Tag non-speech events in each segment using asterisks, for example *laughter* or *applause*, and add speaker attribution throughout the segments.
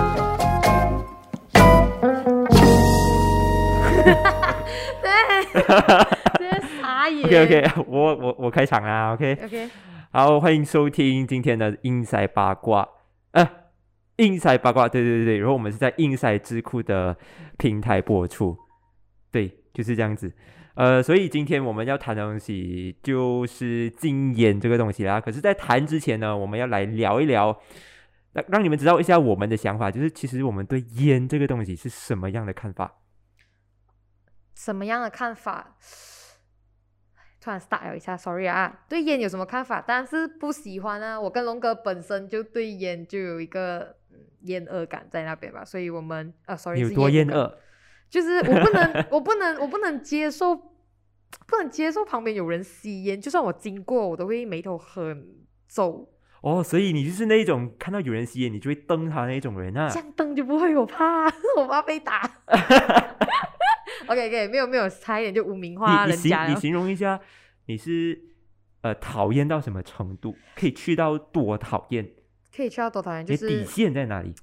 Speaker 1: *laughs*
Speaker 2: *laughs* OK OK，我 *laughs* 我我开场啦，OK，
Speaker 1: OK，
Speaker 2: 好，欢迎收听今天的硬塞八卦，呃，硬塞八卦，对对对对，然后我们是在硬塞智库的平台播出，对，就是这样子，呃，所以今天我们要谈的东西就是禁烟这个东西啦。可是，在谈之前呢，我们要来聊一聊，让让你们知道一下我们的想法，就是其实我们对烟这个东西是什么样的看法。
Speaker 1: 什么样的看法？ *sighs* 突然 start 了一下，sorry 啊。对烟有什么看法？当然是不喜欢啊。我跟龙哥本身就对烟就有一个嗯厌恶感在那边吧，所以我们啊，sorry，
Speaker 2: 你有
Speaker 1: 是
Speaker 2: 多厌
Speaker 1: 感
Speaker 2: 恶？
Speaker 1: 就是我不能，
Speaker 2: *laughs*
Speaker 1: 我不能，我不能接受，不能接受旁边有人吸烟，就算我经过，我都会眉头很皱，
Speaker 2: 哦，所以你就是那一种看到有人吸烟，你就会瞪他那种人啊
Speaker 1: 这。样瞪就不会，我怕， *laughs* 我怕被打。OK OK，没有没有，差一点就污名化
Speaker 2: 你你
Speaker 1: 人
Speaker 2: 形
Speaker 1: 家
Speaker 2: 你
Speaker 1: 了。
Speaker 2: 形容一下，你是呃讨厌到什么程度？可以去到多讨厌？
Speaker 1: 可以去到多讨厌，就
Speaker 2: 你底
Speaker 1: 是
Speaker 2: 线在哪里？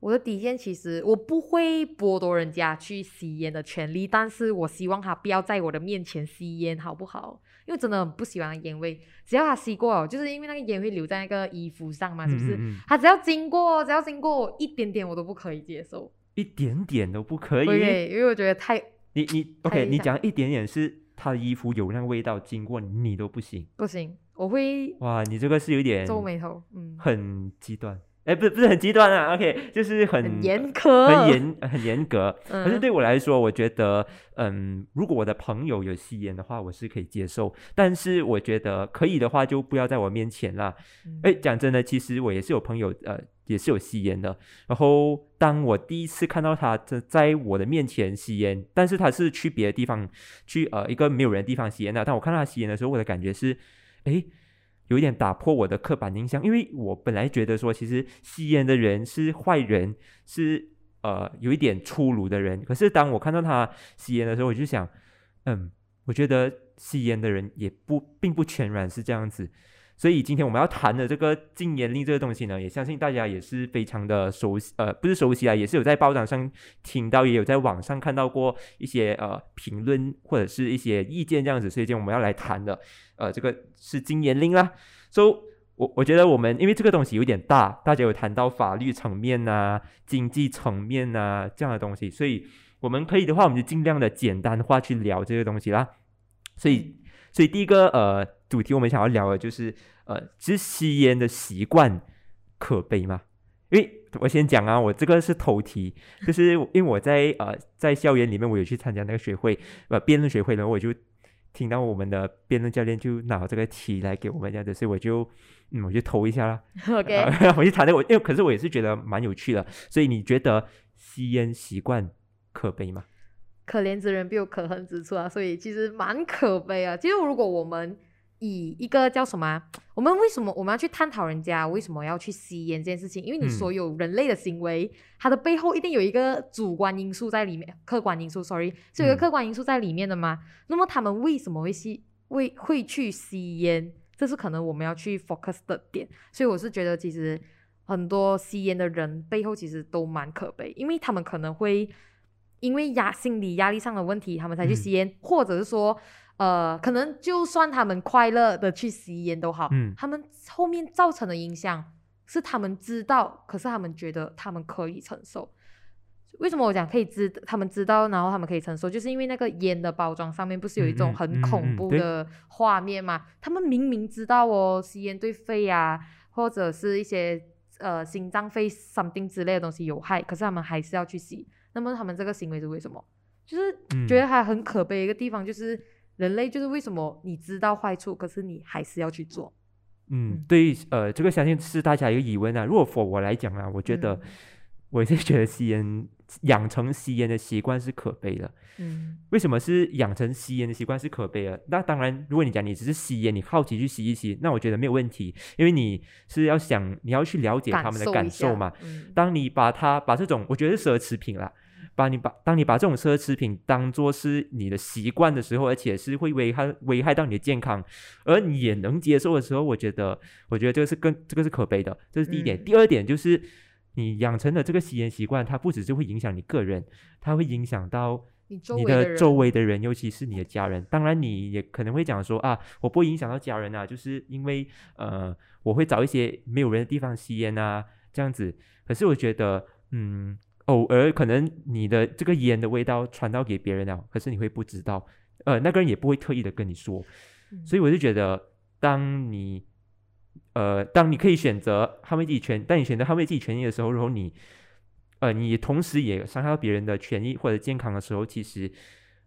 Speaker 1: 我的底线，其实我不会剥夺人家去吸烟的权利，但是我希望他不要在我的面前吸烟，好不好？因为真的很不喜欢烟味，只要他吸过哦，就是因为那个烟会留在那个衣服上嘛，是啊不是？
Speaker 2: 嗯嗯嗯
Speaker 1: 他只要经过，只要经过我一点点，我都不可以接受。
Speaker 2: 一点点都不可以。
Speaker 1: OK，因为我觉得太
Speaker 2: 你你
Speaker 1: 太
Speaker 2: OK？你
Speaker 1: 像
Speaker 2: 讲一点点是他的衣服有那味道经过你都不行。
Speaker 1: 不行，我会
Speaker 2: 哇，你这个是有点
Speaker 1: 皱眉头，嗯，
Speaker 2: 很极端。哎，不是不是很极端啊，OK，就是很
Speaker 1: 很严苛，
Speaker 2: 很，严很严格。可是
Speaker 1: 嗯
Speaker 2: 对我来说，我觉得，嗯，如果我的朋友有吸烟的话，我是可以接受。但是我觉得可以的话，就不要在我面前啦。
Speaker 1: 嗯
Speaker 2: 哎，讲真的，其实我也是有朋友，呃，也是有吸烟的。然后当我第一次看到他在在我的面前吸烟，但是他是去别的地方，去呃一个没有人的地方吸烟的。但我看到他吸烟的时候，我的感觉是，哎。有一点打破我的刻板印象，因为我本来觉得说，其实吸烟的人是坏人，是呃有一点粗鲁的人。可是当我看到他吸烟的时候，我就想，嗯，我觉得吸烟的人也不并不全然是这样子。所以今天我们要谈的这个禁烟令这个东西呢，也相信大家也是非常的熟悉，呃，不是熟悉啊，也是有在报章上听到，也有在网上看到过一些呃评论或者是一些意见这样子。所以今天我们要来谈的，呃，这个是禁烟令啦。So 我我觉得我们因为这个东西有点大，大家有谈到法律层面呐、经济层面呐、这样的东西，所以我们可以的话，我们就尽量的简单化去聊这个东西啦。所以，所以第一个呃主题我们想要聊的就是呃，其实吸烟的习惯可悲吗？因为我先讲啊，我这个是头题，就是因为我在呃在校园里面，我有去参加那个学会，呃辩论学会，然后我就听到我们的辩论教练就拿这个题来给我们这样子，所以我就嗯我就投一下啦。
Speaker 1: OK，
Speaker 2: 啊 *laughs* 我去查那个我因为可是我也是觉得蛮有趣的，所以你觉得吸烟习惯可悲吗？
Speaker 1: 可怜之人必有可恨之处啊，所以其实蛮可悲啊。其实如果我们以一个叫什么啊、我们为什么我们要去探讨人家为什么要去吸烟这件事情？因为你
Speaker 2: 嗯
Speaker 1: 所有人类的行为，它的背后一定有一个主观因素在里面，客观因素，sorry，是有一个
Speaker 2: 嗯
Speaker 1: 客观因素在里面的嘛。那么他们为什么会吸，为会去吸烟？这是可能我们要去 focus 的点。所以我是觉得，其实很多吸烟的人背后其实都蛮可悲，因为他们可能会因为压心理压力上的问题，他们才去
Speaker 2: 嗯
Speaker 1: 吸烟，或者是说，呃，可能就算他们快乐的去吸烟都好，
Speaker 2: 嗯
Speaker 1: 他们后面造成的影响是他们知道，可是他们觉得他们可以承受。为什么我讲可以知他们知道，然后他们可以承受，就是因为那个烟的包装上面不是有一
Speaker 2: 嗯嗯
Speaker 1: 种
Speaker 2: 嗯
Speaker 1: 很
Speaker 2: 嗯
Speaker 1: 恐
Speaker 2: 嗯
Speaker 1: 怖
Speaker 2: 对
Speaker 1: 的画面嘛？他们明明知道哦，吸烟对肺啊，或者是一些呃心脏、肺 something 之类的东西有害，可是他们还是要去吸。那么他们这个行为是为什么？就是
Speaker 2: 嗯
Speaker 1: 觉得还很可悲的一个地方，就是人类就是为什么你知道坏处，可是你还是要去做。
Speaker 2: 嗯
Speaker 1: 嗯，
Speaker 2: 对，呃，这个相信是大家一个疑问啊。如果 for 我来讲啊，我觉得、
Speaker 1: 嗯
Speaker 2: 我是觉得吸烟养成吸烟的习惯是可悲的。
Speaker 1: 嗯
Speaker 2: 为什么是养成吸烟的习惯是可悲的？那当然，如果你讲你只是吸烟，你好奇去吸一吸，那我觉得没有问题，因为你是要想你要去了解他们的感受嘛。，
Speaker 1: 嗯
Speaker 2: 当你把它把这种，我觉得是奢侈品啦，把你把当你把这种奢侈品当做是你的习惯的时候，而且是会危害危害到你的健康，而你也能接受的时候，我觉得我觉得这个是更这个是可悲的，这是第一点。
Speaker 1: 嗯
Speaker 2: 第二点就是你养成了这个吸烟习惯，它不只是会影响你个人，它会影响到
Speaker 1: 你周围
Speaker 2: 你
Speaker 1: 的
Speaker 2: 的
Speaker 1: 人
Speaker 2: 周围的人，尤其是你的家人。当然，你也可能会讲说啊，我不会影响到家人啊，就是因为呃，我会找一些没有人的地方吸烟啊，这样子。可是我觉得，嗯，偶尔可能你的这个烟的味道传到给别人了，可是你会不知道，呃，那个人也不会特意的跟你说。
Speaker 1: 嗯
Speaker 2: 所以我就觉得，当你呃，当你可以选择捍卫自己权，当你选择捍卫自己权益的时候，然后你呃，你同时也伤害到别人的权益或者健康的时候，其实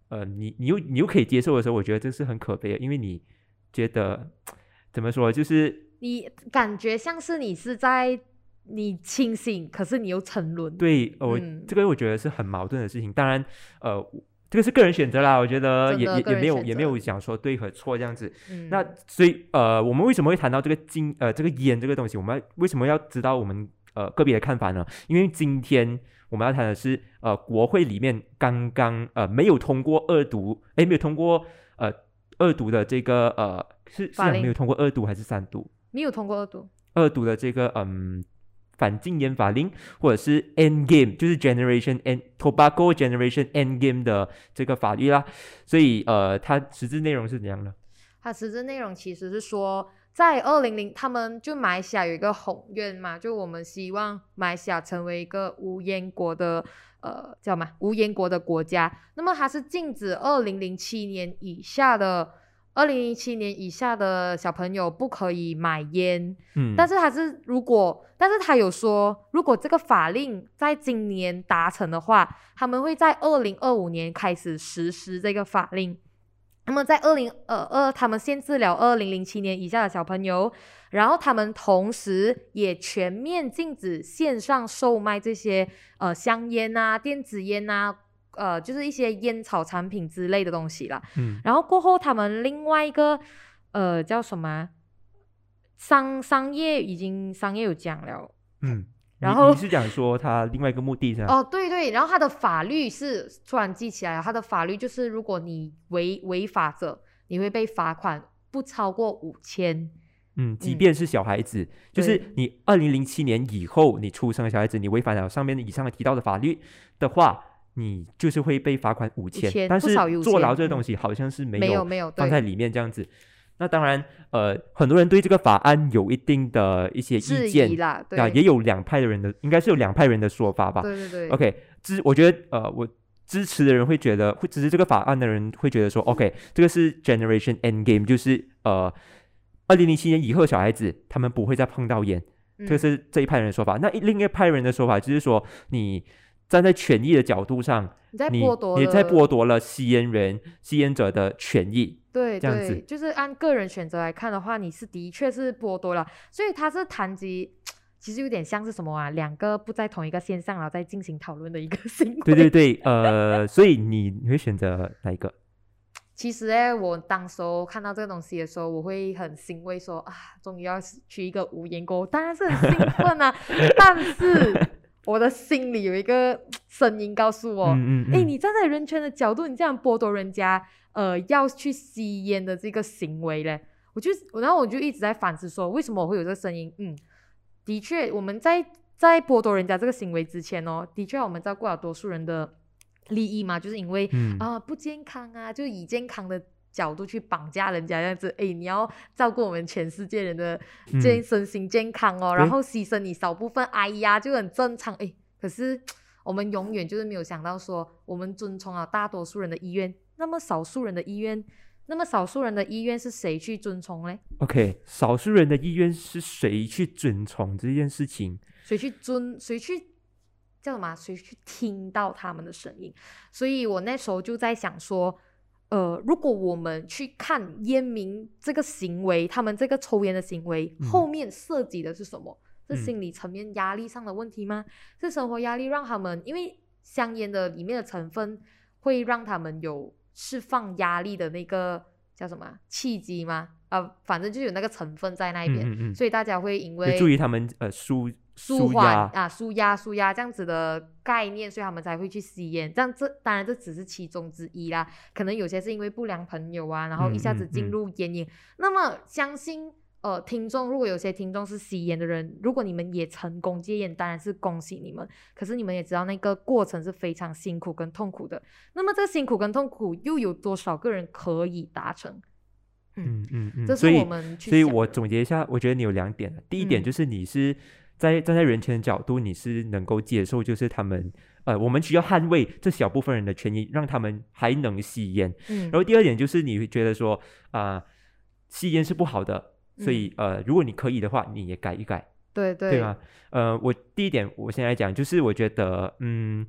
Speaker 2: 呃，你你又你又可以接受的时候，我觉得这是很可悲的，因为你觉得怎么说，就是
Speaker 1: 你感觉像是你是在你清醒，可是你又沉沦。，
Speaker 2: 对呃我、
Speaker 1: 嗯
Speaker 2: 这个我觉得是很矛盾的事情。当然，呃，这个是个人选择啦，我觉得
Speaker 1: 真
Speaker 2: 也
Speaker 1: 的
Speaker 2: 也
Speaker 1: 个
Speaker 2: 也
Speaker 1: 人
Speaker 2: 没有
Speaker 1: 选
Speaker 2: 也没
Speaker 1: 择
Speaker 2: 有讲说对和错这样子。
Speaker 1: 嗯、
Speaker 2: 那所以呃，我们为什么会谈到这个禁呃这个烟这个东西？我们要为什么要知道我们呃个别的看法呢？因为今天我们要谈的是呃国会里面刚刚呃没有通过二读，诶，没有通过呃二读的这个呃是是
Speaker 1: 法
Speaker 2: 讲
Speaker 1: 令
Speaker 2: 没有通过二读还是三读？
Speaker 1: 没有通过二读，
Speaker 2: 二读的这个嗯。反禁烟法令，或者是 End Game，就是 Generation End Tobacco Generation End Game 的这个法律啦，所以呃，它实质内容是怎样呢？
Speaker 1: 它实质内容其实是说，在二零零，他们就马来西亚有一个宏愿嘛，就我们希望马来西亚成为一个无烟国的。呃，叫什么？无烟国的国家，那么它是禁止二零零七年以下的，二零零七年以下的小朋友不可以买烟，
Speaker 2: 嗯，
Speaker 1: 但是他是如果，但是他有说，如果这个法令在今年达成的话，他们会在二零二五年开始实施这个法令。那么在二零二二，他们限制了二零零七年以下的小朋友，然后他们同时也全面禁止线上售卖这些呃香烟啊、电子烟啊、呃就是一些烟草产品之类的东西啦。
Speaker 2: 嗯
Speaker 1: 然后过后，他们另外一个呃叫什么啊商商业已经商业有讲了
Speaker 2: 嗯，
Speaker 1: 然
Speaker 2: 你
Speaker 1: 后
Speaker 2: 你是讲说他另外一个目的是吧？
Speaker 1: 哦，对对，然后他的法律是突然记起来了，他的法律就是如果你违违法者，你会被罚款不超过五千。
Speaker 2: 嗯，即
Speaker 1: 嗯
Speaker 2: 便是小孩子，就是
Speaker 1: 对
Speaker 2: 你二零零七年以后你出生的小孩子，你违反了上面以上提到的法律的话，你就是会被罚款五
Speaker 1: 5000
Speaker 2: 千，但
Speaker 1: 不
Speaker 2: 是
Speaker 1: 少于5000
Speaker 2: 坐牢这个
Speaker 1: 嗯
Speaker 2: 东西好像是没
Speaker 1: 没
Speaker 2: 有
Speaker 1: 没有，对
Speaker 2: 放在里面这样子。那当然，呃，很多人对这个法案有一定的一些
Speaker 1: 质
Speaker 2: 意
Speaker 1: 疑
Speaker 2: 见
Speaker 1: 啦，对
Speaker 2: 啊，也有两派的人的，应该是有两派人的说法吧。
Speaker 1: 对对对
Speaker 2: OK，支我觉得呃，我支持的人会觉得，会支持这个法案的人会觉得
Speaker 1: 嗯
Speaker 2: 说，OK，这个是 generation end game，就是呃，二零零七年以后的小孩子他们不会再碰到烟，
Speaker 1: 嗯
Speaker 2: 这个是这一派人的说法。那一另一派人的说法就是说，你站在权益的角度上，
Speaker 1: 你在
Speaker 2: 你
Speaker 1: 剥夺
Speaker 2: 你在
Speaker 1: 了
Speaker 2: 剥夺了吸烟人、吸烟者的权益。
Speaker 1: 对
Speaker 2: 这样
Speaker 1: 对，
Speaker 2: 子
Speaker 1: 就是按个人选择来看的话，你是的确是剥夺了，所以它是谈及。其实有点像是什么啊？两个不在同一个线上，然后再进行讨论的一个 *laughs* 行为。
Speaker 2: 对对对，呃，所以你你会选择哪一个？
Speaker 1: 其实哎，我当时候看到这个东西的时候，我会很欣慰说，啊，终于要去一个无烟沟，当然是很兴奋啊。 *laughs* 但是我的心里有一个声音告诉我，
Speaker 2: 嗯嗯
Speaker 1: 哎，
Speaker 2: 嗯，
Speaker 1: 你站在人权的角度，你这样剥夺人家呃要去吸烟的这个行为嘞，我就我然后我就一直在反思说，为什么我会有这个声音？嗯，的确，我们在在剥夺人家这个行为之前哦，的确我们照顾了多数人的利益嘛，就是因为
Speaker 2: 嗯
Speaker 1: 啊、不健康啊，就以健康的。角度去绑架人家这样子，哎，你要照顾我们全世界人的健
Speaker 2: 嗯
Speaker 1: 身心健康哦，然
Speaker 2: 对
Speaker 1: 后牺牲你少部分，哎呀，就很正常。哎，可是我们永远就是没有想到说，我们遵从了大多数人的意愿，那么少数人的意愿，那么少数人的意愿是谁去遵从嘞？
Speaker 2: OK，少数人的意愿是谁去遵从这件事情？
Speaker 1: 谁去遵，谁去叫什么啊？谁去听到他们的声音？所以我那时候就在想说，呃，如果我们去看烟民这个行为，他们这个抽烟的行为
Speaker 2: 嗯
Speaker 1: 后面涉及的是什么？
Speaker 2: 嗯
Speaker 1: 是心理层面压力上的问题吗？是生活压力让他们因为香烟的里面的成分会让他们有释放压力的那个叫什么啊契机吗？啊、反正就有那个成分在那一边，
Speaker 2: 嗯嗯嗯
Speaker 1: 所以大家会因为
Speaker 2: 有助于他们呃舒
Speaker 1: 舒
Speaker 2: 舒
Speaker 1: 缓
Speaker 2: 压。
Speaker 1: 啊、舒压、舒压这样子的概念，所以他们才会去吸烟。这样这当然这只是其中之一啦，可能有些是因为不良朋友啊，然后一下
Speaker 2: 嗯
Speaker 1: 子
Speaker 2: 嗯
Speaker 1: 进
Speaker 2: 嗯
Speaker 1: 入烟瘾。那么相信呃，听众如果有些听众是吸烟的人，如果你们也成功戒烟，当然是恭喜你们。可是你们也知道那个过程是非常辛苦跟痛苦的。那么这辛苦跟痛苦又有多少个人可以达成？
Speaker 2: 嗯嗯嗯，
Speaker 1: 这
Speaker 2: 所
Speaker 1: 是
Speaker 2: 以
Speaker 1: 我们去
Speaker 2: 所以
Speaker 1: 想
Speaker 2: 我
Speaker 1: 的
Speaker 2: 总结一下，我觉得你有两点啊。第一点
Speaker 1: 嗯
Speaker 2: 就是你是在站在人权的角度，你是能够接受，就是他们呃，我们需要捍卫这小部分人的权益，让他们还能吸烟。
Speaker 1: 嗯
Speaker 2: 然后第二点就是你会觉得说啊、吸烟是不好的，所以
Speaker 1: 嗯
Speaker 2: 呃，如果你可以的话，你也改一改。
Speaker 1: 对对啊
Speaker 2: 对吗？呃，我第一点，我先来讲，就是我觉得，嗯，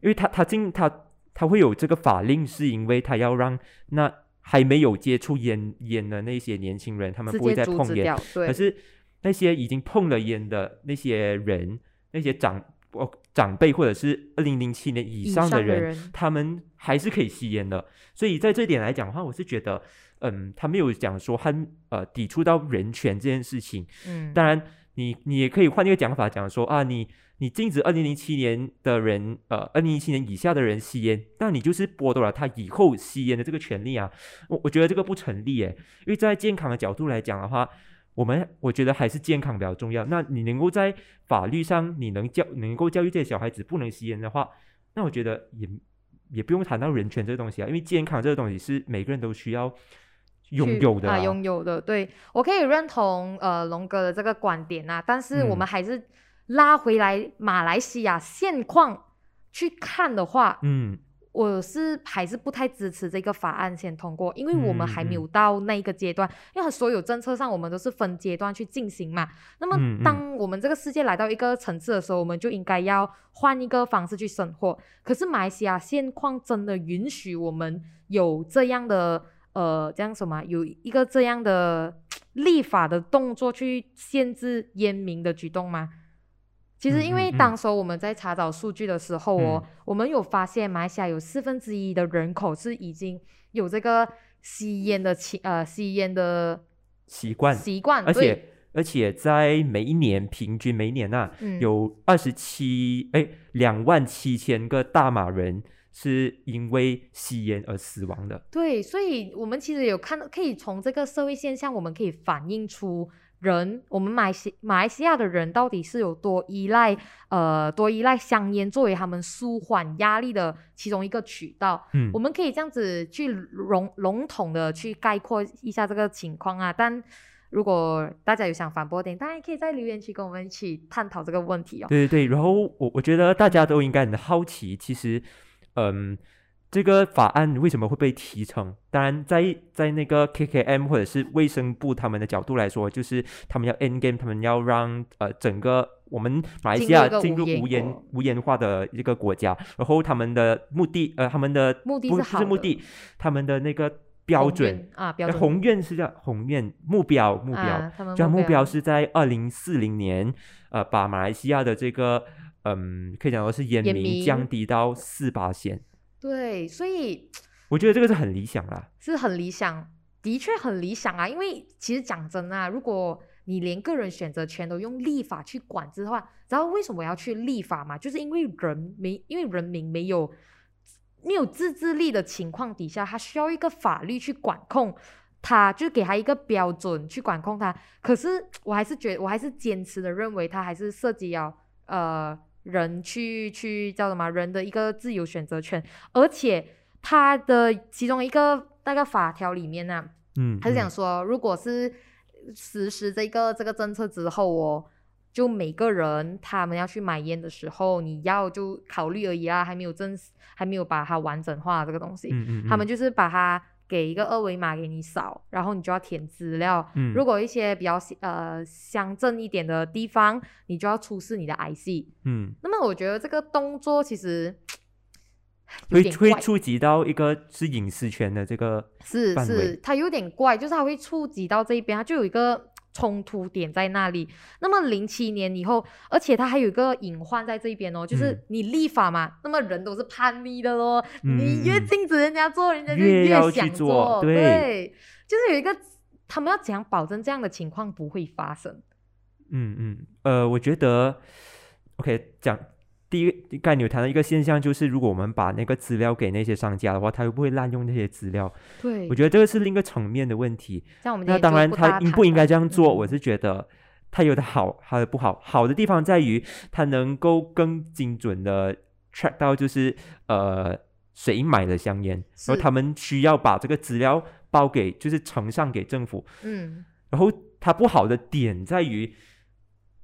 Speaker 2: 因为他他进他他会有这个法令，是因为他要让那还没有接触烟烟的那些年轻人，他们
Speaker 1: 直
Speaker 2: 不会
Speaker 1: 接
Speaker 2: 再
Speaker 1: 阻
Speaker 2: 碰
Speaker 1: 止
Speaker 2: 烟。
Speaker 1: 掉，对，
Speaker 2: 可是那些已经碰了烟的那些人，那些长哦长辈或者是二零零七年以
Speaker 1: 以
Speaker 2: 上的
Speaker 1: 的
Speaker 2: 人，他们还是可以吸烟的。所以在这点来讲的话，我是觉得，嗯，他没有讲说他呃抵触到人权这件事情。
Speaker 1: 嗯，
Speaker 2: 当然你，你也可以换一个讲法，讲说啊，你你禁止二零零七年的人，呃，二零零七年以下的人吸烟，那你就是剥夺了他以后吸烟的这个权利啊。我我觉得这个不成立诶，因为站在健康的角度来讲的话，我们我觉得还是健康比较重要。那你能够在法律上，你能教能够教育这些小孩子不能吸烟的话，那我觉得也也不用谈到人权这个东西啊，因为健康这个东西是每个人都需要拥
Speaker 1: 去
Speaker 2: 有的
Speaker 1: 啊，拥有的。对我可以认同呃龙哥的这个观点啊，但是我
Speaker 2: 嗯
Speaker 1: 们还是拉回来马来西亚现况去看的话，
Speaker 2: 嗯
Speaker 1: 我是还是不太支持这个法案先通过，因为我们
Speaker 2: 嗯
Speaker 1: 还
Speaker 2: 嗯
Speaker 1: 没有到那一个阶段，因为所有政策上我们都是分阶段去进行嘛。那
Speaker 2: 嗯嗯
Speaker 1: 么当我们这个世界来到一个层次的时候，我们就应该要换一个方式去生活。可是马来西亚现况真的允许我们有这样的呃，这样什么啊有一个这样的立法的动作去限制烟民的举动吗？其实，因
Speaker 2: 嗯
Speaker 1: 为
Speaker 2: 嗯嗯
Speaker 1: 当时候我们在查找数据的时候哦，
Speaker 2: 嗯
Speaker 1: 我们有发现马来西亚有四分之一的人口是已经有这个吸烟的情呃吸烟的
Speaker 2: 习惯。
Speaker 1: 习惯，
Speaker 2: 而
Speaker 1: 啊对
Speaker 2: 且而且在每一年平均每一年呐、啊
Speaker 1: 嗯
Speaker 2: 有二十七哎两万七千个大马人是因为吸烟而死亡的。
Speaker 1: 对，所以我们其实有看，到，可以从这个社会现象，我们可以反映出人，我们马来西马来西亚的人到底是有多依赖，呃，多依赖香烟作为他们舒缓压力的其中一个渠道。
Speaker 2: 嗯
Speaker 1: 我，们可以这样子去笼笼统的去概括一下这个情况啊，但如果大家有想反驳的点，当然可以在留言区跟我们一起探讨这个问题哦。
Speaker 2: 对对对。然后我我觉得大家都应该很好奇，其实嗯。这个法案为什么会被提成？当然在，在那个 KKM 或者是卫生部他们的角度来说，就是他们要 end game，他们要让呃整个我们马来西亚进
Speaker 1: 进
Speaker 2: 入
Speaker 1: 入一个
Speaker 2: 无
Speaker 1: 无烟
Speaker 2: 烟
Speaker 1: 国
Speaker 2: 无烟化的一个国家，然后他们的目的呃他们的
Speaker 1: 目的
Speaker 2: 不
Speaker 1: 是
Speaker 2: 不
Speaker 1: 好
Speaker 2: 是目
Speaker 1: 的
Speaker 2: 的，他们的那个标
Speaker 1: 宏
Speaker 2: 准
Speaker 1: 愿啊，标
Speaker 2: 呃
Speaker 1: 准
Speaker 2: 宏愿是叫宏愿目标目标，
Speaker 1: 啊，他们
Speaker 2: 就它目标
Speaker 1: 标
Speaker 2: 是在二零四零年，呃，把马来西亚的这个嗯可以讲说是烟
Speaker 1: 烟
Speaker 2: 民
Speaker 1: 民
Speaker 2: 降低到四八线，
Speaker 1: 对，所以
Speaker 2: 我觉得这个是很理想啦。
Speaker 1: 是很理想，的确很理想啊。因为其实讲真啊，如果你连个人选择权都用立法去管制的话，知道为什么要去立法吗？就是因为人没，因为人民没有没有自制力的情况底下，他需要一个法律去管控。他就给他一个标准去管控他，可是我还是觉我还是坚持的认为，他还是涉及了呃人去去叫什么人的一个自由选择权，而且他的其中一个那个法条里面呢、
Speaker 2: 嗯，
Speaker 1: 他是讲
Speaker 2: 嗯
Speaker 1: 说，如果是实施这个这个政策之后哦，就每个人他们要去买烟的时候，你要就考虑而已啊啦，还没有正还没有把它完整化这个东西，
Speaker 2: 嗯嗯，
Speaker 1: 他们
Speaker 2: 嗯
Speaker 1: 就是把它给一个二维码给你扫，然后你就要填资料。
Speaker 2: 嗯
Speaker 1: 如果一些比较呃乡镇一点的地方，你就要出示你的 IC。
Speaker 2: 嗯
Speaker 1: 那么我觉得这个动作其实有
Speaker 2: 会
Speaker 1: 点
Speaker 2: 会
Speaker 1: 怪
Speaker 2: 触及到一个是隐私权的这个
Speaker 1: 是
Speaker 2: 范围
Speaker 1: 是，它有点怪，就是它会触及到这一边，它就有一个冲突点在那里。那么零七年以后，而且它还有一个隐患在这一边哦，就是
Speaker 2: 嗯
Speaker 1: 你立法嘛，那么人都是叛逆的咯，
Speaker 2: 嗯嗯
Speaker 1: 你越
Speaker 2: 嗯
Speaker 1: 禁止人家做，人家就
Speaker 2: 越要去
Speaker 1: 想
Speaker 2: 做对
Speaker 1: 对就是有一个他们要怎样保证这样的情况不会发生？
Speaker 2: 嗯嗯，呃，我觉得，OK，讲第第一个刚才你有谈到一个现象，就是如果我们把那个资料给那些商家的话，他会不会滥用那些资料？
Speaker 1: 对
Speaker 2: 我，觉得这个是另一个层面的问题。
Speaker 1: 像我们今
Speaker 2: 那
Speaker 1: 天
Speaker 2: 当
Speaker 1: 就
Speaker 2: 然，
Speaker 1: 大
Speaker 2: 他应
Speaker 1: 谈
Speaker 2: 不应
Speaker 1: 了
Speaker 2: 该这样做，
Speaker 1: 嗯
Speaker 2: 我是觉得他有的好，他的不好。好的地方在于，他能够更精准的 track 到，就是呃谁买了香烟，然
Speaker 1: 是
Speaker 2: 后他们需要把这个资料报给，就是呈上给政府。
Speaker 1: 嗯，
Speaker 2: 然后它不好的点在于，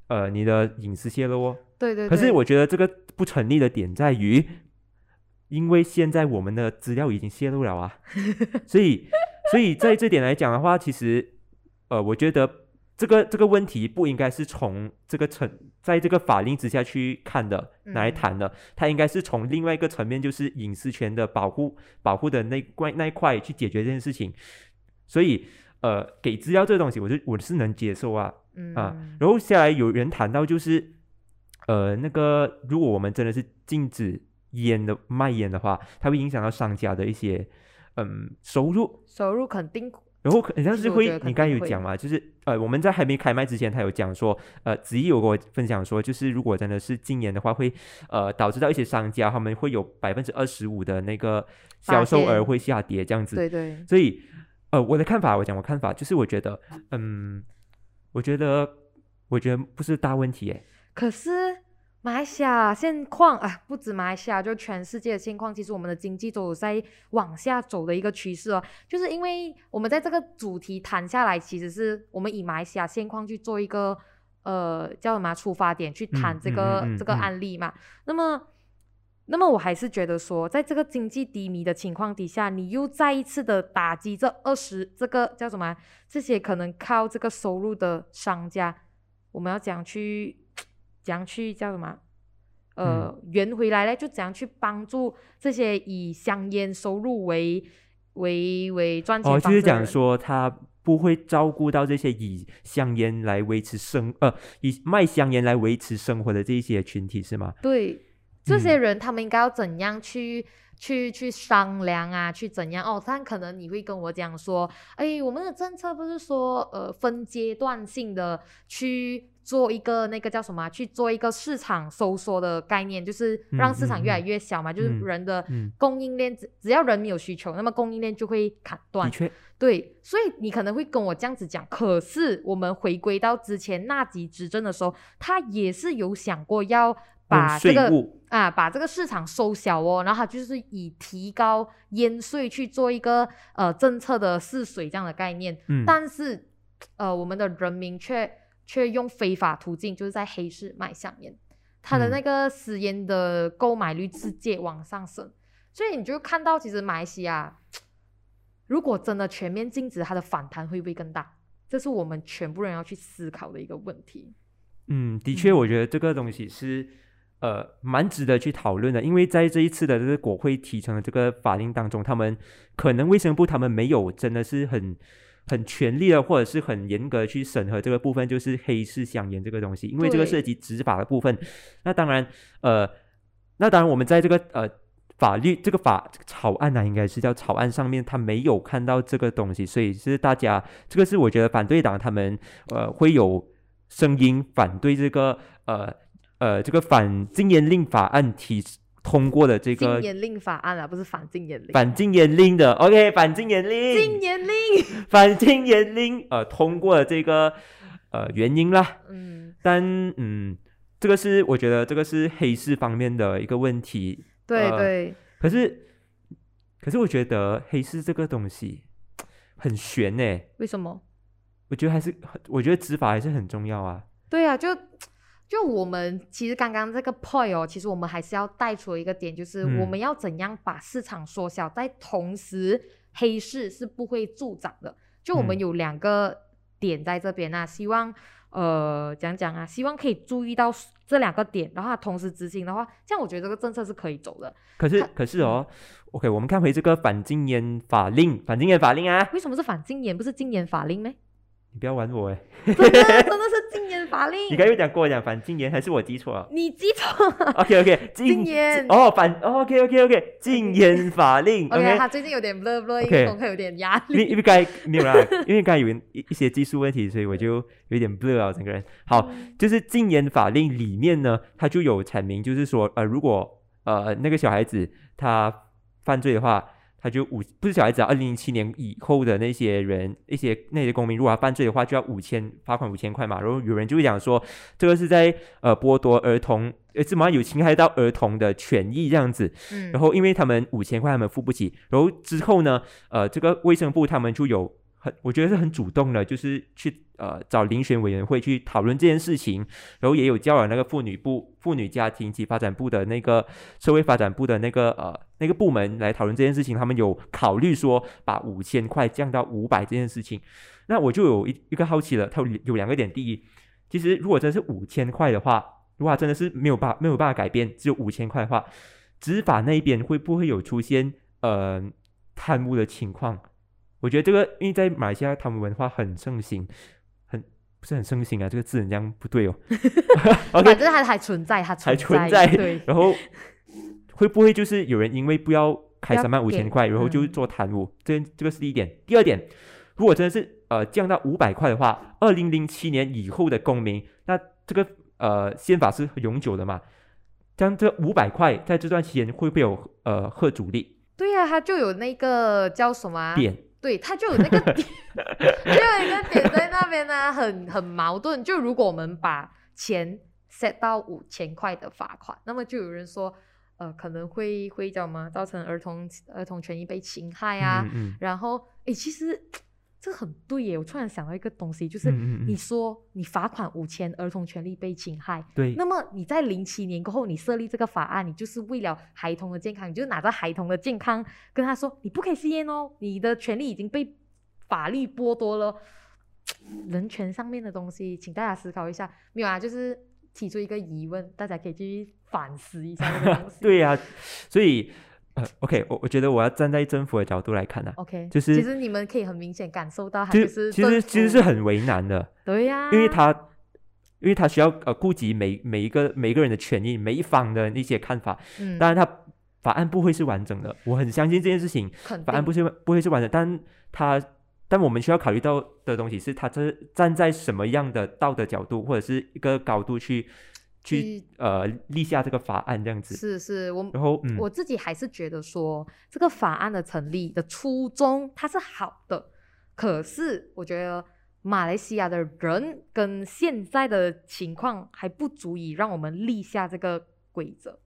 Speaker 2: 呃，你的隐私泄露哦。
Speaker 1: 对对对。
Speaker 2: 可是我觉得这个不成立的点在于，因为现在我们的资料已经泄露了啊， *laughs* 所以所以在这点来讲的话，其实呃，我觉得这个这个问题不应该是从这个层在这个法令之下去看的拿来
Speaker 1: 嗯
Speaker 2: 谈的，它应该是从另外一个层面，就是隐私权的保护保护的那块那一块去解决这件事情，所以。呃，给资料这东西，我就我是能接受啊，
Speaker 1: 嗯
Speaker 2: 啊，然后下来有人谈到就是，呃，那个如果我们真的是禁止烟的卖烟的话，它会影响到商家的一些嗯收入。
Speaker 1: 收入肯定
Speaker 2: 然后可像
Speaker 1: 其
Speaker 2: 是
Speaker 1: 实我
Speaker 2: 会
Speaker 1: 觉得，肯
Speaker 2: 你刚才
Speaker 1: 定
Speaker 2: 有
Speaker 1: 会
Speaker 2: 讲嘛，就是呃，我们在还没开麦之前，他有讲说，呃，子怡有跟我分享说，就是如果真的是禁烟的话，会呃导致到一些商家他们会有百分之二十五的那个
Speaker 1: 发
Speaker 2: 销售额
Speaker 1: 现
Speaker 2: 会下跌这样子。
Speaker 1: 对对，
Speaker 2: 所以，呃，我的看法，我讲我看法，就是我觉得，嗯，我觉得，我觉得不是大问题，诶，
Speaker 1: 可是马来西亚现况啊，不止马来西亚，就全世界的现况，其实我们的经济都有在往下走的一个趋势哦。就是因为我们在这个主题谈下来，其实是我们以马来西亚现况去做一个呃叫什么啊出发点去谈
Speaker 2: 嗯
Speaker 1: 这
Speaker 2: 嗯
Speaker 1: 个、
Speaker 2: 嗯嗯
Speaker 1: 这个
Speaker 2: 嗯
Speaker 1: 案例嘛。那么。那么我还是觉得说，在这个经济低迷的情况底下，你又再一次的打击这二十这个叫什么啊这些可能靠这个收入的商家，我们要怎样去怎样去叫什么啊？呃，
Speaker 2: 嗯
Speaker 1: 圆回来呢，就怎样去帮助这些以香烟收入为为为赚钱
Speaker 2: 哦，
Speaker 1: 方式的
Speaker 2: 就是讲
Speaker 1: 人
Speaker 2: 说他不会照顾到这些以香烟来维持生，呃，以卖香烟来维持生活的这一些群体是吗？
Speaker 1: 对这些
Speaker 2: 嗯
Speaker 1: 人，他们应该要怎样去、去去商量啊？去怎样？哦，但可能你会跟我讲说，哎，我们的政策不是说呃分阶段性的去。做一个那个叫什么啊、去做一个市场收缩的概念，就是让
Speaker 2: 嗯
Speaker 1: 市场
Speaker 2: 嗯
Speaker 1: 越来
Speaker 2: 嗯
Speaker 1: 越小嘛，就是
Speaker 2: 嗯
Speaker 1: 人的
Speaker 2: 嗯
Speaker 1: 供应链，只只要人有需求，那么供应链就会砍断
Speaker 2: 的。确，
Speaker 1: 对，所以你可能会跟我这样子讲，可是我们回归到之前纳吉执政的时候，他也是有想过要把
Speaker 2: 用
Speaker 1: 这
Speaker 2: 税
Speaker 1: 个
Speaker 2: 务，
Speaker 1: 啊把这个市场收小哦，然后他就是以提高烟税去做一个呃政策的试水这样的概念，
Speaker 2: 嗯，
Speaker 1: 但是呃我们的人民却却用非法途径，就是在黑市卖香烟，他的
Speaker 2: 嗯
Speaker 1: 那个私烟的购买率直接往上升，所以你就看到其实马来西亚如果真的全面禁止，它的反弹会不会更大？这是我们全部人要去思考的一个问题。
Speaker 2: 嗯，的确，
Speaker 1: 嗯
Speaker 2: 我觉得这个东西是呃蛮值得去讨论的，因为在这一次的这个国会提成的这个法令当中，他们可能卫生部他们没有真的是很很全力的，或者是很严格地去审核这个部分，就是黑市香烟这个东西，因为这个
Speaker 1: 对
Speaker 2: 涉及执法的部分。那当然，呃，那当然我们在这个呃。法律这个法这个草案呢、啊应该是叫草案上面，他没有看到这个东西，所以是大家这个是我觉得反对党他们呃会有声音反对这个呃呃这个反禁烟令法案提通过的这个
Speaker 1: 禁烟令法案啊，不是反禁烟令，
Speaker 2: 反禁烟令的 OK 反禁烟
Speaker 1: 禁
Speaker 2: 令
Speaker 1: 烟令。
Speaker 2: 反禁烟令呃通过了这个呃原因啦，
Speaker 1: 嗯，
Speaker 2: 但嗯这个是我觉得这个是黑市方面的一个问题，
Speaker 1: 对
Speaker 2: 呃
Speaker 1: 对，
Speaker 2: 可是可是我觉得黑市这个东西很悬呢、
Speaker 1: 为什么？
Speaker 2: 我觉得还是，我觉得执法还是很重要啊。
Speaker 1: 对啊，就就我们其实刚刚这个 point 哦，其实我们还是要带出一个点，就是我
Speaker 2: 嗯
Speaker 1: 们要怎样把市场缩小，在同时黑市是不会助长的。就我们
Speaker 2: 嗯
Speaker 1: 有两个点在这边啊，希望呃讲讲啊，希望可以注意到这两个点，然后它同时执行的话，这样我觉得这个政策是可以走的。
Speaker 2: 可是
Speaker 1: 他，嗯
Speaker 2: 可是哦，OK，我们看回这个反禁烟法令，反禁烟法令啊，
Speaker 1: 为什么是反禁言，不是禁言法令呢？ *laughs*
Speaker 2: 你不要玩我哎！
Speaker 1: 真的真的是禁烟法令。
Speaker 2: 你刚才又讲跟我讲反禁烟，还是我记错
Speaker 1: *laughs*
Speaker 2: 了
Speaker 1: 你记错了。
Speaker 2: ？OK OK，
Speaker 1: 禁烟
Speaker 2: 哦，反 OK OK OK，禁烟法令
Speaker 1: OK，他最近有点 blur blur，因
Speaker 2: OK
Speaker 1: 为功课有点压
Speaker 2: 因为
Speaker 1: 力。
Speaker 2: 因为刚才没有啦，因为刚才有一一些技术问题，所以我就有点 blur 啊，整个人。好，就是禁烟法令里面呢，它就有阐明，就是说，呃，如果呃那个小孩子他犯罪的话，他就五不是小孩子啊，二零零七年以后的那些人，一些那些公民，如果他犯罪的话，就要五千罚款五千块嘛。然后有人就会讲说，这个是在呃剥夺儿童，呃，怎么有侵害到儿童的权益这样子。
Speaker 1: 嗯
Speaker 2: *laughs* 然，后因为他们五千块他们付不起，然后之后呢，呃，这个卫生部他们就有很，我觉得是很主动的，就是去呃找遴选委员会去讨论这件事情，然后也有叫了那个妇女部、妇女家庭及发展部的那个社会发展部的那个呃那个部门来讨论这件事情，他们有考虑说把五千块降到五百这件事情。那我就有一一个好奇了，它有有两个点，第一，其实如果真是五千块的话，如果它真的是没有办没有办法改变，只有五千块的话，执法那边会不会有出现呃贪污的情况？我觉得这个因为在马来西亚贪污文化很盛行，很不是很盛行啊，这个字很像不对哦。OK，
Speaker 1: 反正它还存在，它
Speaker 2: 还存在
Speaker 1: 在，对，
Speaker 2: 然
Speaker 1: *laughs*
Speaker 2: 后会不会就是有人因为不要开
Speaker 1: 要
Speaker 2: 三万五千
Speaker 1: 给
Speaker 2: 块，然后就
Speaker 1: 嗯
Speaker 2: 做贪污？这这个是第一点。第二点，如果真的是呃降到五百块的话，二零零七年以后的公民，那这个呃宪法是永久的嘛？将这五百块在这段期间会不会有呃贺主力
Speaker 1: 对啊呀、它就有那个叫什么啊、
Speaker 2: 点？
Speaker 1: 对，它就有那个点，就有一个点在那边呢、很很矛盾。就如果我们把钱 set 到五千块的罚款，那么就有人说，呃，可能会会叫什么，造成儿童儿童权益被侵害啊。
Speaker 2: 嗯嗯
Speaker 1: 然后，诶，其实这很对耶，我突然想到一个东西，就是
Speaker 2: 嗯嗯
Speaker 1: 你
Speaker 2: 嗯，
Speaker 1: 说你罚款五千，儿童权利被侵害，
Speaker 2: 对
Speaker 1: 那么你在零七年过后，你设立这个法案，你就是为了孩童的健康，你就拿着孩童的健康跟他说，你不可以吸烟哦，你的权利已经被法律剥夺了。人权上面的东西，请大家思考一下。没有啊，就是提出一个疑问，大家可以去反思一下这个东西。
Speaker 2: *laughs* 对呀、所以呃，OK，我我觉得我要站在政府的角度来看啊，
Speaker 1: ，OK，
Speaker 2: 就是
Speaker 1: 其实你们可以很明显感受到，它
Speaker 2: 就
Speaker 1: 哦就是
Speaker 2: 其实
Speaker 1: 政
Speaker 2: 其实
Speaker 1: 府啊
Speaker 2: 是很为难的。
Speaker 1: 对呀、
Speaker 2: 因为他，因为他需要呃顾及每每一个每一个人的权益，每一方的那些看法。
Speaker 1: 嗯，
Speaker 2: 当然，他法案不会是完整的，我很相信这件事情，
Speaker 1: 肯
Speaker 2: 法案
Speaker 1: 定
Speaker 2: 不是不会是完整，但他但我们需要考虑到的东西是，他这站在什么样的道德角度或者是一个高度去去
Speaker 1: 去
Speaker 2: 呃立下这个法案这样子。
Speaker 1: 是是，我
Speaker 2: 然后嗯
Speaker 1: 我自己还是觉得说，这个法案的成立的初衷它是好的，可是我觉得马来西亚的人跟现在的情况还不足以让我们立下这个规则，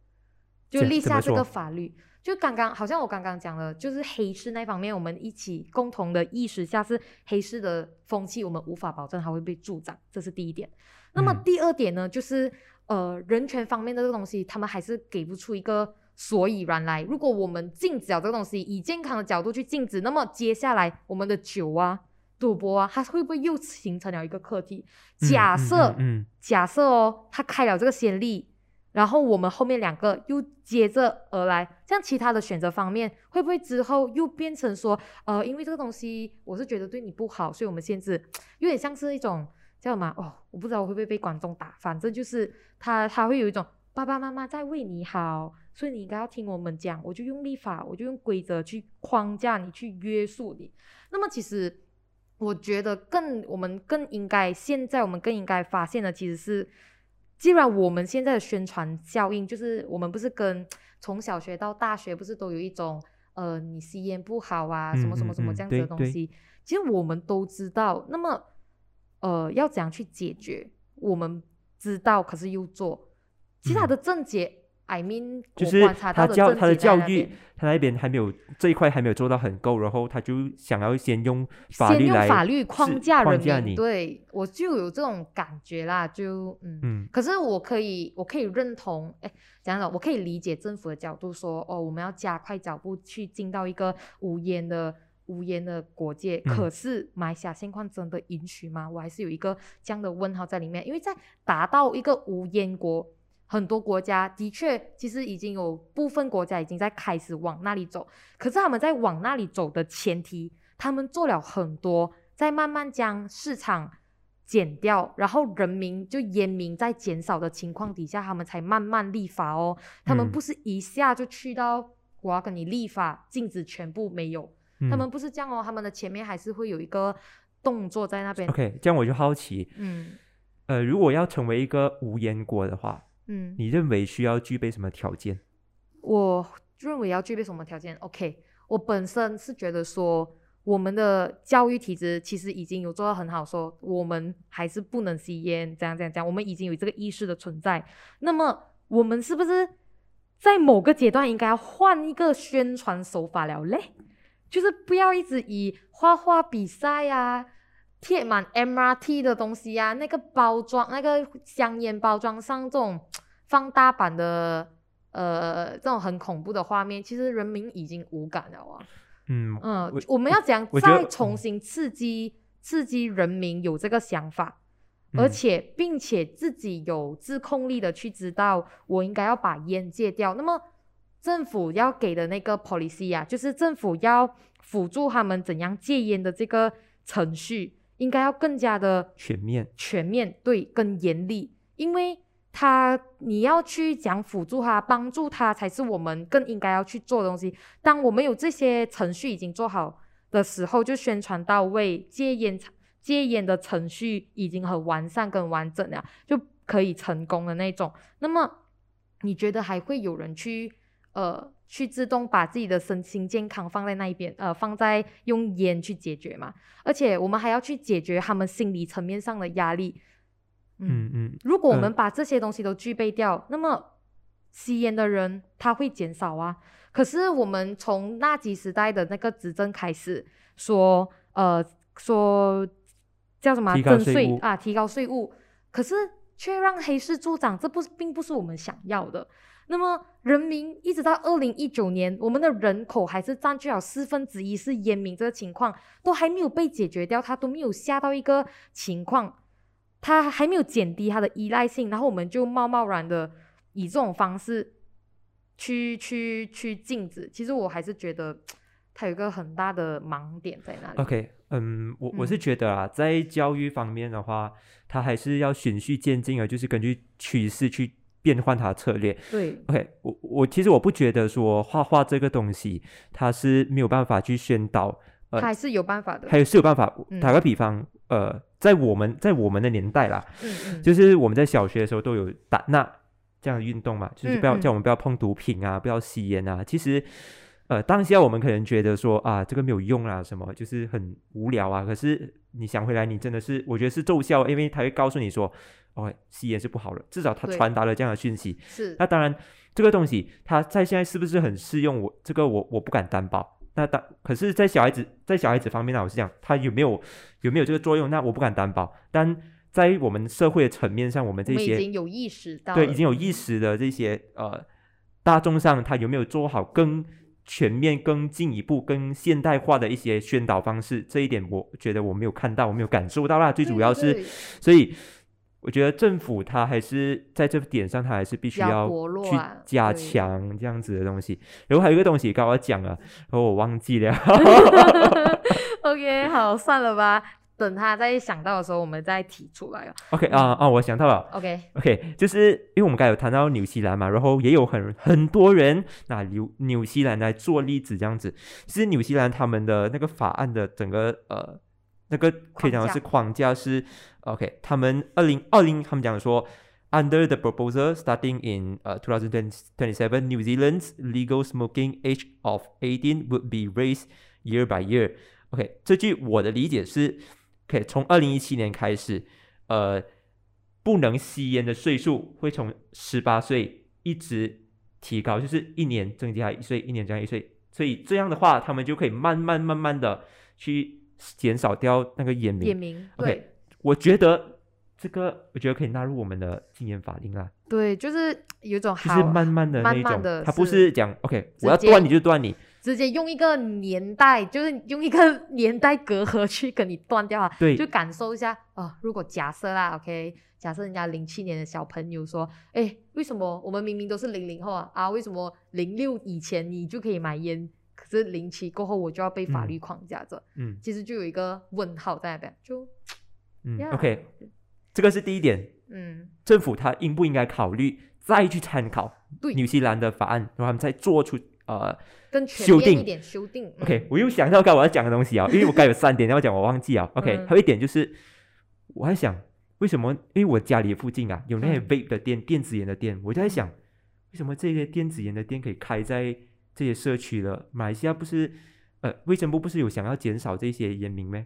Speaker 1: 就
Speaker 2: 怎
Speaker 1: 立
Speaker 2: 怎
Speaker 1: 下
Speaker 2: 么
Speaker 1: 这个
Speaker 2: 说
Speaker 1: 法律。就刚刚好像我刚刚讲了，就是黑市那方面，我们一起共同的意识下是黑市的风气，我们无法保证它会被助长，这是第一点。那么
Speaker 2: 嗯
Speaker 1: 第二点呢，就是呃人权方面的这个东西，他们还是给不出一个所以然来。如果我们禁止了这个东西，以健康的角度去禁止，那么接下来我们的酒啊、赌博啊，它会不会又形成了一个课题？
Speaker 2: 嗯
Speaker 1: 假
Speaker 2: 嗯
Speaker 1: 设、
Speaker 2: 嗯
Speaker 1: 假设哦，他开了这个先例，然后我们后面两个又接着而来，这样其他的选择方面会不会之后又变成说，呃，因为这个东西我是觉得对你不好，所以我们限制，有点像是一种叫什么啊哦，我不知道我会不会被观众打，反正就是他他会有一种爸爸妈妈在为你好。所以你应该要听我们讲，我就用立法，我就用规则去框架你，去约束你。那么其实我觉得更我们更应该现在我们更应该发现的其实是，既然我们现在的宣传效应就是我们不是跟从小学到大学不是都有一种呃你吸烟不好啊什么什么什
Speaker 2: 嗯嗯
Speaker 1: 么
Speaker 2: 嗯
Speaker 1: 这样子的
Speaker 2: 对
Speaker 1: 东
Speaker 2: 对
Speaker 1: 西，其实我们都知道。那么呃要怎样去解决？我们知道，可是又做，其实他
Speaker 2: 嗯
Speaker 1: 的症结。I mean，
Speaker 2: 就是
Speaker 1: 我观察到
Speaker 2: 他
Speaker 1: 的
Speaker 2: 教
Speaker 1: 症
Speaker 2: 他的
Speaker 1: 结在
Speaker 2: 教
Speaker 1: 那
Speaker 2: 育
Speaker 1: 边，
Speaker 2: 他那边还没有这一块还没有做到很够，然后他就想要先用法
Speaker 1: 先
Speaker 2: 律
Speaker 1: 用
Speaker 2: 来
Speaker 1: 法律框
Speaker 2: 是
Speaker 1: 架
Speaker 2: 框
Speaker 1: 人
Speaker 2: 架
Speaker 1: 民，
Speaker 2: 你
Speaker 1: 对我就有这种感觉啦，就嗯。
Speaker 2: 嗯
Speaker 1: 可是我可以，我可以认同，哎，怎样讲？我可以理解政府的角度说，哦，我们要加快脚步去进到一个无烟的无烟的国界。
Speaker 2: 嗯
Speaker 1: 可是马来西亚现况真的允许吗？我还是有一个这样的问号在里面，因为在达到一个无烟国，很多国家的确其实已经有部分国家已经在开始往那里走，可是他们在往那里走的前提，他们做了很多再慢慢将市场减掉，然后人民就烟民在减少的情况底下，他们才慢慢立法哦。他们
Speaker 2: 嗯
Speaker 1: 不是一下就去到我要跟你立法禁止全部没有，
Speaker 2: 嗯
Speaker 1: 他们不是这样哦，他们的前面还是会有一个动作在那边。
Speaker 2: OK，这样我就好奇，
Speaker 1: 嗯
Speaker 2: 呃，如果要成为一个无烟国的话，
Speaker 1: 嗯，
Speaker 2: 你认为需要具备什么条件？
Speaker 1: 我认为要具备什么条件？OK，我本身是觉得说，我们的教育体制其实已经有做到很好说，我们还是不能吸烟，这样这样这样，我们已经有这个意识的存在。那么我们是不是在某个阶段应该要换一个宣传手法了嘞？就是不要一直以画画比赛呀、啊、贴满 MRT 的东西呀、啊、那个包装、那个香烟包装上这种放大版的呃这种很恐怖的画面，其实人民已经无感了啊。
Speaker 2: 嗯
Speaker 1: 嗯，
Speaker 2: 我
Speaker 1: 我们要怎样
Speaker 2: 我觉得
Speaker 1: 再重新刺激刺激人民有这个想法，
Speaker 2: 嗯
Speaker 1: 而且并且自己有自控力的去知道我应该要把烟戒掉。那么政府要给的那个 policy 啊，就是政府要辅助他们怎样戒烟的这个程序，应该要更加的
Speaker 2: 全面，
Speaker 1: 全面对更严厉，因为他你要去讲辅助他、帮助他，才是我们更应该要去做的东西。当我们有这些程序已经做好的时候，就宣传到位，戒烟戒烟的程序已经很完善、跟完整了，就可以成功的那种。那么你觉得还会有人去呃去自动把自己的身心健康放在那一边，呃，放在用烟去解决吗？而且我们还要去解决他们心理层面上的压力。
Speaker 2: 嗯嗯
Speaker 1: 如果我
Speaker 2: 呃
Speaker 1: 们把这些东西都具备掉，那么吸烟的人他会减少啊。可是我们从纳吉时代的那个执政开始，说呃说叫什么啊
Speaker 2: 提高
Speaker 1: 征
Speaker 2: 税
Speaker 1: 税
Speaker 2: 务
Speaker 1: 啊，提高税务，可是却让黑市助长，这不是并不是我们想要的。那么人民一直到二零一九年，我们的人口还是占据了四分之一是烟民这个情况，都还没有被解决掉，它都没有下到一个情况，它还没有减低它的依赖性，然后我们就贸贸然的以这种方式去去去禁止。其实我还是觉得它有一个很大的盲点在那里。
Speaker 2: ，OK，嗯，我我是
Speaker 1: 嗯
Speaker 2: 觉得啊，在教育方面的话，它还是要循序渐进的，就是根据趋势去变换它的策略。
Speaker 1: 对，
Speaker 2: OK，我我其实我不觉得说画画这个东西，它是没有办法去宣导，呃
Speaker 1: 它还是有办法的。
Speaker 2: 还有是有办法
Speaker 1: 嗯。
Speaker 2: 打个比方，呃，在我们在我们的年代啦，
Speaker 1: 嗯嗯，
Speaker 2: 就是我们在小学的时候都有打那这样的运动嘛，就是
Speaker 1: 嗯
Speaker 2: 不要
Speaker 1: 嗯
Speaker 2: 叫我们不要碰毒品啊，不要吸烟啊。其实，呃，当下我们可能觉得说啊，这个没有用啊，什么就是很无聊啊。可是你想回来，你真的是我觉得是奏效，因为他会告诉你说，哦，吸烟是不好的，至少他
Speaker 1: 对
Speaker 2: 传达了这样的讯息。
Speaker 1: 是
Speaker 2: 那当然，这个东西它在现在是不是很适用我？这个我我不敢担保。那当可是，在小孩子在小孩子方面呢，我是讲他有没有有没有这个作用，那我不敢担保。但在我们社会的层面上，我们
Speaker 1: 我
Speaker 2: 这
Speaker 1: 们已
Speaker 2: 些
Speaker 1: 经有意识到了，
Speaker 2: 对已经有意识的这些呃大众上，他有没有做好更全面、更进一步、更现代化的一些宣导方式？这一点我觉得我没有看到，我没有感受到啦。最
Speaker 1: 对
Speaker 2: 主要是，
Speaker 1: 对
Speaker 2: 所以我觉得政府它还是在这点上，它还是必须
Speaker 1: 比较
Speaker 2: 要
Speaker 1: 薄弱
Speaker 2: 去
Speaker 1: 啊
Speaker 2: 加
Speaker 1: 对
Speaker 2: 强这样子的东西。然后还有一个东西刚我讲了，然后我忘记了。 *laughs*
Speaker 1: OK，好，算了吧，等他再想到的时候，我们再提出来。
Speaker 2: OK 啊啊，我想到了。
Speaker 1: OK，
Speaker 2: OK，就是因为我们刚才有谈到纽西兰嘛，然后也有很很多人拿纽纽西兰来做例子，这样子。其实纽西兰他们的那个法案的整个呃那个可以讲的是框架是 OK，他们二零二零他们讲说。Under the proposal, starting in uh, 2027, New Zealand's legal smoking age of 18 would be raised year by year. OK，这句我的理解是，OK，从二零一七年开始，呃，不能吸烟的岁数会从十八岁一直提高，就是一年增加一岁，一年增加一岁。所以这样的话，他们就可以慢慢慢慢的去减少掉那个烟
Speaker 1: 点
Speaker 2: 民。
Speaker 1: 名，
Speaker 2: OK
Speaker 1: 对
Speaker 2: 我觉得这个，我觉得可以纳入我们的禁烟法令啦，
Speaker 1: 对，就是有一种
Speaker 2: 就
Speaker 1: 好
Speaker 2: 是慢慢的那一
Speaker 1: 慢慢
Speaker 2: 种，
Speaker 1: 地
Speaker 2: 它不
Speaker 1: 是
Speaker 2: 是讲 OK，
Speaker 1: 直
Speaker 2: 我要
Speaker 1: 接
Speaker 2: 断你就断你，
Speaker 1: 直接用一个年代，就是用一个年代隔阂去跟你断掉啊，
Speaker 2: 对
Speaker 1: 就感受一下啊、呃如果假设啦，OK，假设人家零七年的小朋友说，哎，为什么我们明明都是零零后啊，啊，为什么零六以前你就可以买烟？可是零七过后我就要被法律框架着，
Speaker 2: 嗯
Speaker 1: 其实就有一个问号在那边，就
Speaker 2: 嗯
Speaker 1: yeah
Speaker 2: ，OK，这个是第一点，
Speaker 1: 嗯，
Speaker 2: 政府它应不应该考虑再去参考
Speaker 1: 对嗯
Speaker 2: 纽西兰的法案，然后他们再做出呃
Speaker 1: 更全
Speaker 2: 修
Speaker 1: 面一
Speaker 2: 订
Speaker 1: 点修订。嗯
Speaker 2: ，OK，我又想到该我要讲的
Speaker 1: *laughs*
Speaker 2: 东西啊，因为我该有三点要讲，我忘记啊。OK，、
Speaker 1: 嗯
Speaker 2: 还有一点就是，我还想为什么？因为我家里附近啊有那些
Speaker 1: 嗯
Speaker 2: vape 的店、电子烟的店，我就在想，为什么这些电子烟的店可以开在这些社区了？马来西亚不是呃卫生部不是有想要减少这些烟民吗？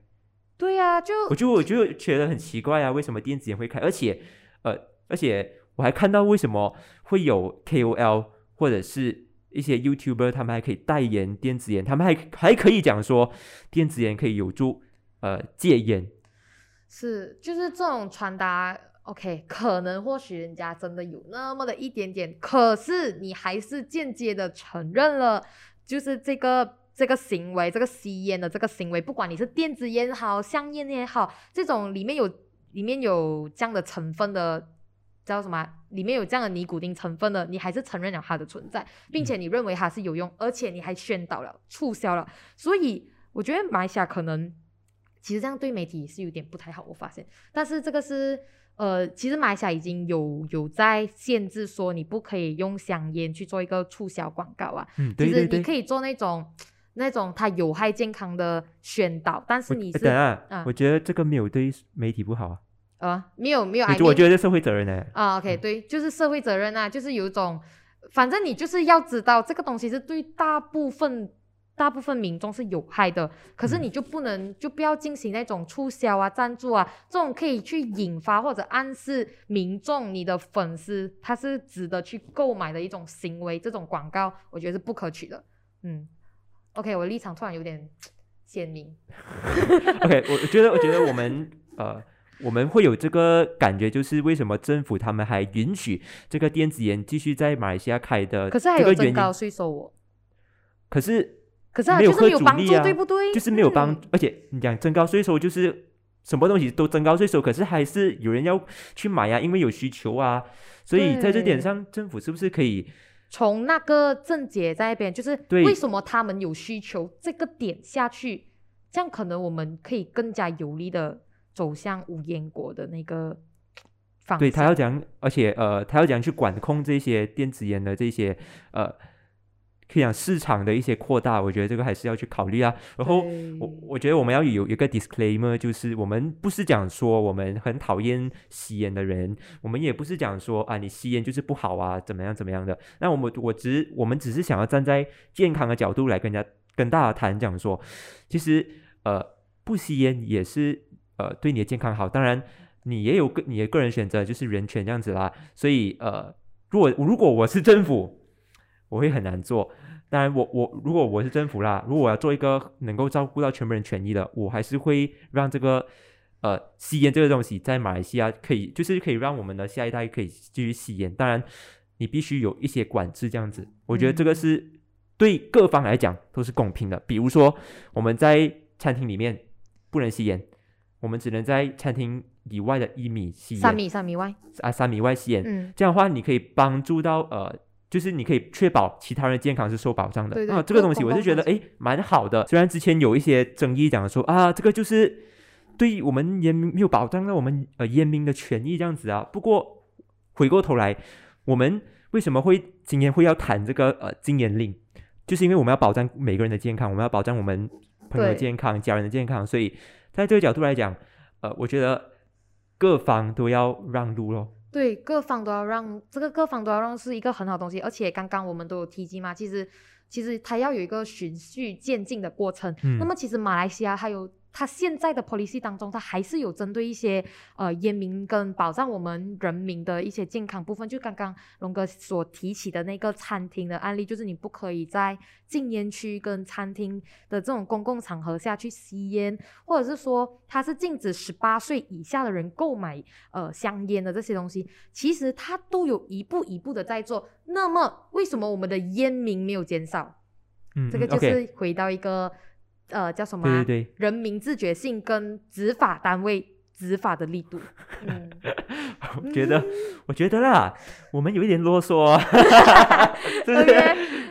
Speaker 1: 对呀、就
Speaker 2: 我就我就觉得很奇怪啊，为什么电子烟会开？而且，呃，而且我还看到为什么会有 KOL 或者是一些 YouTuber 他们还可以代言电子烟，他们还还可以讲说电子烟可以有助呃戒烟。
Speaker 1: 是就是这种传达，OK，可能或许人家真的有那么的一点点，可是你还是间接的承认了，就是这个。这个行为，这个吸烟的这个行为，不管你是电子烟也好，香烟也好，这种里面有里面有这样的成分的，叫什么啊？里面有这样的尼古丁成分的，你还是承认了它的存在，
Speaker 2: 嗯
Speaker 1: 并且你认为它是有用，而且你还宣导了、促销了，所以我觉得马来西亚可能其实这样对媒体是有点不太好，我发现。但是这个是呃，其实马来西亚已经有有在限制说你不可以用香烟去做一个促销广告啊，
Speaker 2: 嗯，对
Speaker 1: 其
Speaker 2: 对
Speaker 1: 实你
Speaker 2: 对
Speaker 1: 可。以做那种那种它有害健康的宣导，但是
Speaker 2: 我
Speaker 1: 你
Speaker 2: 呃
Speaker 1: 是
Speaker 2: 等啊，
Speaker 1: 啊
Speaker 2: 我觉得这个没有对媒体不好啊，
Speaker 1: 呃没有没有
Speaker 2: 我
Speaker 1: I
Speaker 2: 觉我
Speaker 1: mean-
Speaker 2: 觉得这社会责
Speaker 1: *laughs*
Speaker 2: 任呢。
Speaker 1: 啊，OK，对，就是社会责任啊，就是有一种，反正你就是要知道这个东西是对大部分大部分民众是有害的，可是
Speaker 2: 嗯
Speaker 1: 你就不能就不要进行那种促销啊、赞助啊这种可以去引发或者暗示民众你的粉丝他是值得去购买的一种行为，这种广告我觉得是不可取的。嗯，OK，我立场突然有点鲜明。
Speaker 2: OK，我我觉得，我觉得我们呃，我们会有这个感觉，就是为什么政府他们还允许这个电子烟继续在马来西亚开的，
Speaker 1: 可是还
Speaker 2: 呃这
Speaker 1: 有
Speaker 2: 个
Speaker 1: 增
Speaker 2: 原因，
Speaker 1: 高税收我，
Speaker 2: 可是
Speaker 1: 可是还
Speaker 2: 没有
Speaker 1: 就是没有
Speaker 2: 贺阻
Speaker 1: 帮
Speaker 2: 力
Speaker 1: 助，
Speaker 2: 啊
Speaker 1: 对不对？
Speaker 2: 就是没有帮，
Speaker 1: 嗯
Speaker 2: 而且你讲增高税收就是。什么东西都增高税收，可是还是有人要去买呀、因为有需求啊。所以在这点
Speaker 1: 对
Speaker 2: 上，政府是不是可以
Speaker 1: 从那个症结在那边，就是
Speaker 2: 对
Speaker 1: 为什么他们有需求这个点下去，这样可能我们可以更加有力的走向无烟国的那个方向。
Speaker 2: 对他要怎样？而且呃，他要怎样去管控这些电子烟的这些呃，可以讲市场的一些扩大？我觉得这个还是要去考虑啊。然后我
Speaker 1: 对
Speaker 2: 我觉得我们要有一个 disclaimer，就是我们不是讲说我们很讨厌吸烟的人，我们也不是讲说啊你吸烟就是不好啊，怎么样怎么样的。那我们我只我们只是想要站在健康的角度来跟人家跟大家谈，讲说其实呃不吸烟也是呃对你的健康好，当然你也有个你的个人选择，就是人权这样子啦。所以呃，如果如果我是政府，我会很难做。当然我，我如果我是政府啦，如果我要做一个能够照顾到全部人权益的，我还是会让这个呃吸烟这个东西在马来西亚可以，就是可以让我们的下一代可以继续吸烟。当然，你必须有一些管制这样子，我觉得
Speaker 1: 嗯
Speaker 2: 这个是对各方来讲都是公平的。比如说我们在餐厅里面不能吸烟，我们只能在餐厅以外的一米吸烟，
Speaker 1: 三米三米外，
Speaker 2: 啊三米外吸烟，
Speaker 1: 嗯，
Speaker 2: 这样的话，你可以帮助到呃，就是你可以确保其他人健康是受保障的。
Speaker 1: 对对
Speaker 2: 啊，这个
Speaker 1: 各
Speaker 2: 东西
Speaker 1: 种
Speaker 2: 我是
Speaker 1: 方
Speaker 2: 觉得
Speaker 1: 法
Speaker 2: 诶蛮好的。虽然之前有一些争议讲说啊，这个就是对我们烟民没有保障到我们呃烟民的权益这样子啊。不过回过头来，我们为什么会今天会要谈这个呃禁烟令？就是因为我们要保障每个人的健康，我们要保障我们朋友的
Speaker 1: 对
Speaker 2: 健康、家人的健康，所以在这个角度来讲，呃，我觉得各方都要让路咯。
Speaker 1: 对，各方都要让这个各方都要让是一个很好的东西，而且刚刚我们都有提及嘛，其实其实它要有一个循序渐进的过程，
Speaker 2: 嗯
Speaker 1: 那么其实马来西亚还有它现在的 policy 当中，它还是有针对一些呃烟民跟保障我们人民的一些健康部分，就刚刚龙哥所提起的那个餐厅的案例，就是你不可以在禁烟区跟餐厅的这种公共场合下去吸烟，或者是说它是禁止十八岁以下的人购买呃香烟的这些东西，其实它都有一步一步的在做。那么为什么我们的烟民没有减少？
Speaker 2: 嗯，
Speaker 1: 这个
Speaker 2: 嗯
Speaker 1: 就
Speaker 2: OK
Speaker 1: 是回到一个呃叫什么啊、
Speaker 2: 对对对 *laughs*
Speaker 1: 人民自觉性跟执法单位执法的力度。嗯，
Speaker 2: 我觉得，我觉得啦，我们有一点啰嗦、
Speaker 1: *laughs*
Speaker 2: 哦，是不是 *laughs*
Speaker 1: OK，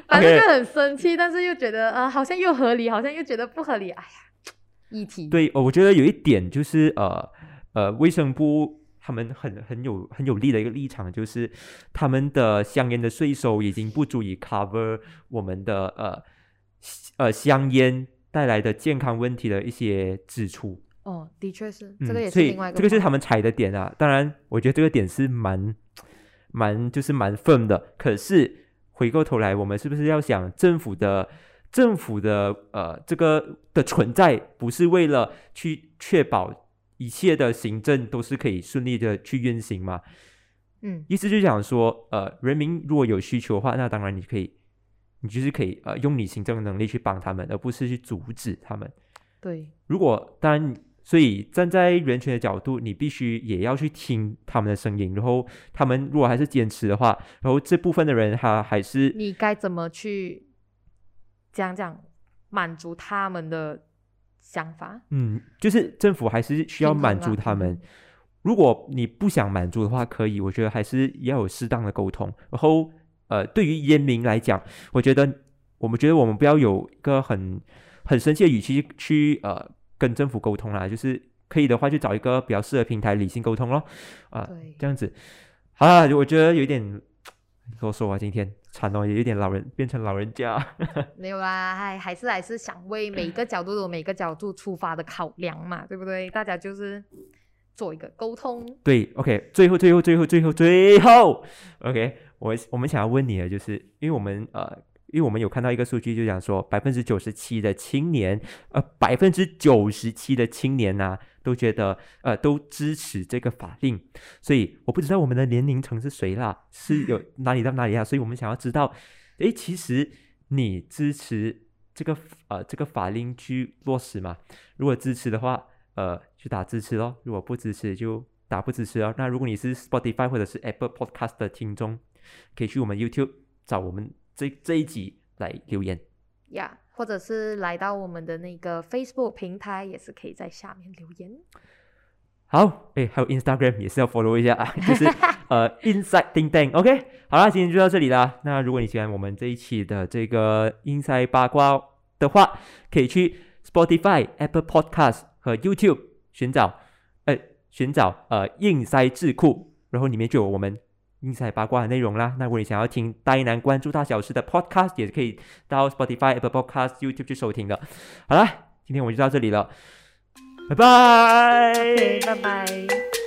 Speaker 1: 反
Speaker 2: OK
Speaker 1: 正就很生气，但是又觉得呃，好像又合理，好像又觉得不合理。哎呀，议题。
Speaker 2: 对，呃我觉得有一点就是呃呃，卫生部他们很很有很有力的一个立场，就是他们的香烟的税收已经不足以 cover 我们的呃吸呃香烟带来的健康问题的一些支出。
Speaker 1: 哦，的确是，
Speaker 2: 嗯，
Speaker 1: 这个也是
Speaker 2: 所以
Speaker 1: 另外一个。
Speaker 2: 这个是他们踩的点啊。当然，我觉得这个点是蛮蛮就是蛮 firm 的。可是回过头来，我们是不是要想政府的政府的呃这个的存在，不是为了去确保一切的行政都是可以顺利的去运行吗？
Speaker 1: 嗯
Speaker 2: 意思就是讲说，呃，人民如果有需求的话，那当然你可以，你就是可以呃用你行政能力去帮他们，而不是去阻止他们。
Speaker 1: 对
Speaker 2: 如果当然，所以站在人权的角度，你必须也要去听他们的声音。然后他们如果还是坚持的话，然后这部分的人他还
Speaker 1: *laughs*
Speaker 2: 是
Speaker 1: 你该怎么去讲讲满足他们的想法？
Speaker 2: 嗯，就是政府还是需要
Speaker 1: 平衡啊嗯
Speaker 2: 满
Speaker 1: 啦
Speaker 2: 足他
Speaker 1: 平
Speaker 2: 们
Speaker 1: 衡。
Speaker 2: 如果你不想满足的话，可以，我觉得还是要有适当的沟通。然后，呃，对于烟民来讲，我觉得我们觉得我们不要有一个很很生气的语气去呃跟政府沟通啦，就是可以的话就找一个比较适合平台理性沟通咯。啊、
Speaker 1: 对
Speaker 2: 这样子。好啦，我觉得有点啰嗦啊，今天惨哦，也有点老人变成老人家。
Speaker 1: 没有啦，还还是还是想为每个角度有每个角度出发的考量 *laughs* 嘛，对不对？大家就是做一个沟通。
Speaker 2: 对，OK，最后最后最后最后最后，OK，我我们想要问你的就是，因为我们呃，因为我们有看到一个数据，就讲说百分之九十七的青年，呃，百分之九十七的青年呐、都觉得呃都支持这个法令，所以我不知道我们的年龄层是谁啦，是有哪里到哪里啊，所以我们想要知道，诶，其实你支持这个呃这个法令去落实吗？如果支持的话，呃，就打支持咯；如果不支持，就打不支持哦。那如果你是 Spotify 或者是 Apple Podcast 的听众，可以去我们 YouTube 找我们这这一集来留言。
Speaker 1: 呀或者是来到我们的那个 Facebook 平台，也是可以在下面留言。
Speaker 2: 好，哎，还有 Instagram 也是要 follow 一下啊，就是呃 Inside Ding Dang。OK，好啦，今天就到这里啦。那如果你喜欢我们这一期的这个 Inside 八卦的话，可以去 Spotify、Apple Podcast 和 YouTube 寻找，呃，寻找呃硬塞智库，然后里面就有我们硬塞八卦的内容啦。那如果你想要听呆男关注大小事的 Podcast，也可以到 Spotify、Apple Podcast、YouTube 去收听的。好啦，今天我们就到这里了，拜拜
Speaker 1: OK，拜拜。